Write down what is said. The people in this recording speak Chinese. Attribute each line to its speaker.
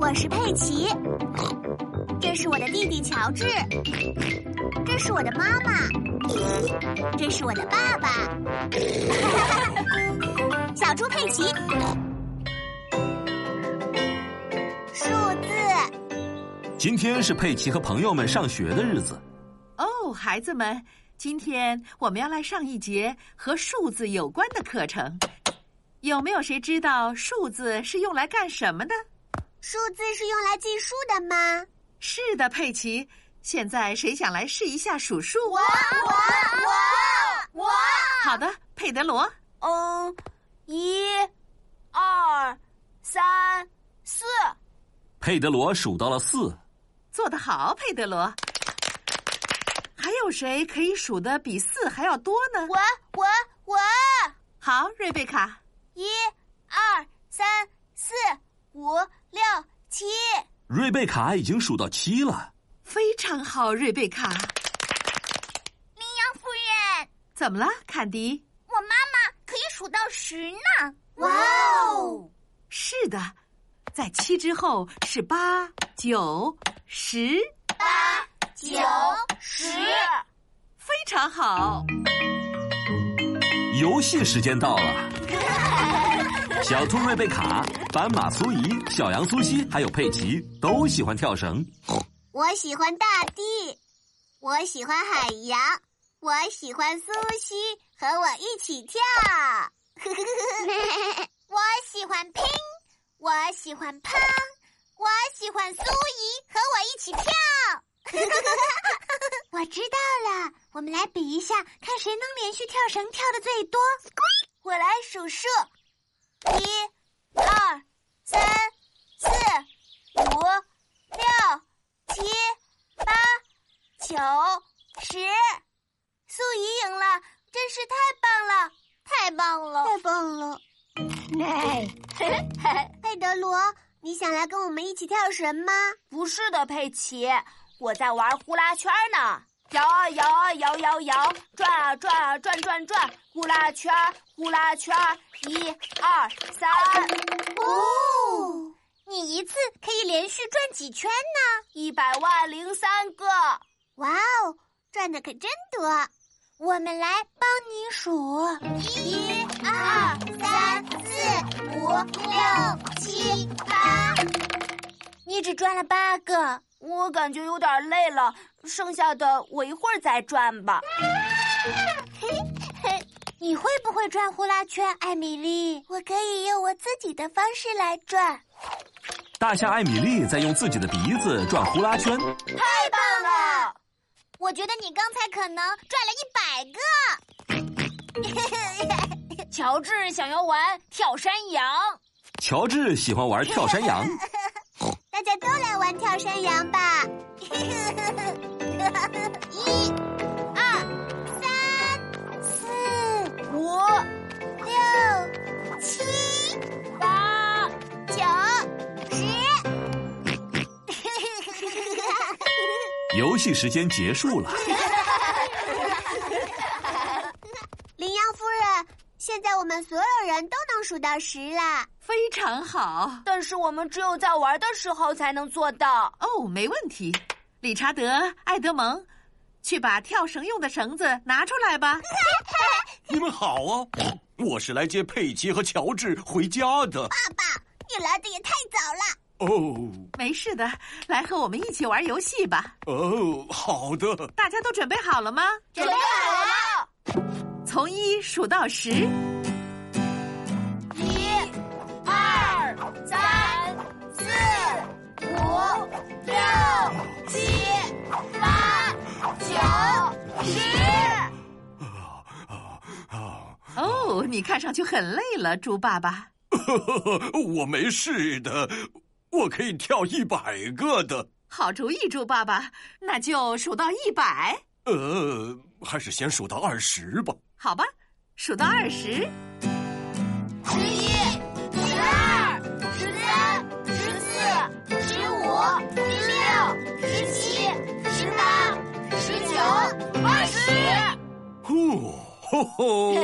Speaker 1: 我是佩奇，这是我的弟弟乔治，这是我的妈妈，这是我的爸爸， 小猪佩奇。数字
Speaker 2: 今天是佩奇和朋友们上学的日子，
Speaker 3: 哦，孩子们，今天我们要来上一节和数字有关的课程。有没有谁知道数字是用来干什么的？
Speaker 1: 数字是用来计数的吗？
Speaker 3: 是的，佩奇。现在谁想来试一下数数？
Speaker 4: 啊
Speaker 1: 我我
Speaker 3: 好的，佩德罗，
Speaker 1: 哦
Speaker 4: 嗯，一、二、三、四。
Speaker 2: 佩德罗数到了四，
Speaker 3: 做得好，佩德罗。还有谁可以数的比四还要多呢？
Speaker 4: 我我我，
Speaker 3: 好，瑞贝卡，
Speaker 4: 一、二、三、四、五、六、七。
Speaker 2: 瑞贝卡已经数到七了。
Speaker 3: 非常好，瑞贝卡。
Speaker 4: 羚羊夫人，
Speaker 3: 怎么了，坎迪？
Speaker 4: 我妈妈可以数到十呢。哇哦！
Speaker 3: 是的，在七之后是八、九、十，
Speaker 4: 九
Speaker 1: 十
Speaker 3: 非常好。
Speaker 2: 游戏时间到了，小兔瑞贝卡、斑马苏怡、小羊苏西还有佩奇都喜欢跳绳。
Speaker 1: 我喜欢大地，我喜欢海洋，我喜欢苏西和我一起 跳。
Speaker 4: 我喜欢拼，我喜欢胖，我喜欢苏怡和我一 起跳。
Speaker 1: 我知道了，我们来比一下，看谁能连续跳绳跳的最多。
Speaker 4: 我来数数：一、二、三、四、五、六、七、八、九、十。素怡赢了，真是太棒了，太棒了！
Speaker 1: 棒了！哎 佩德罗，你想来跟我们一起跳绳吗？
Speaker 4: 不是的，佩奇，我在玩呼啦圈呢。摇啊摇啊摇摇摇，转啊转啊转转转，呼啦圈儿呼啦圈儿，一二三。哦，你一次可以连续转几圈呢？一百万零三个。
Speaker 1: 哇哦，转的可真多！
Speaker 4: 我们来帮你数：一、二、三、四、五、六、七、八。你只转了八个， 我感觉有点累了，剩下的我一会儿再转吧。你会不会转呼啦圈，艾米丽？
Speaker 1: 我可以用我自己的方式来转。
Speaker 2: 大象艾米丽在用自己的鼻子转呼啦圈，
Speaker 4: 太棒了！我觉得你刚才可能转了一百个。乔治想要玩跳山羊。
Speaker 2: 乔治喜欢玩跳山羊，
Speaker 1: 大家都来玩跳山羊吧！ 一、
Speaker 4: 四、五、六、七、八、九、十。
Speaker 2: 游戏时间结束了。
Speaker 1: 羚羊夫人，现在我们所有人都能数到十啦。
Speaker 3: 非常好。
Speaker 4: 但是我们只有在玩的时候才能做到。
Speaker 3: 哦，没问题。理查德·艾德蒙，去把跳绳用的绳子拿出来吧。
Speaker 5: 你们好啊！我是来接佩奇和乔治回家的。
Speaker 1: 爸爸，你来的也太早了。
Speaker 5: 哦
Speaker 3: 没事的，来和我们一起玩游戏吧。
Speaker 5: 哦，好的，
Speaker 3: 大家都准备好了吗？
Speaker 4: 准备好了，
Speaker 3: 从一数到十，
Speaker 4: 一、二、三、四、五、六、七、八、九、十。
Speaker 5: 啊
Speaker 3: 哦，你看上去很累了，猪爸爸。
Speaker 5: 我没事的，我可以跳一百个的。
Speaker 3: 好主意，猪爸爸，那就数到一百，
Speaker 5: 呃，还是先数到二十吧。
Speaker 3: 好吧？数到二十，
Speaker 4: 十一、十二、十三、十四、十五、十六、十七、十八、十九、二十。
Speaker 5: 呼，吼吼。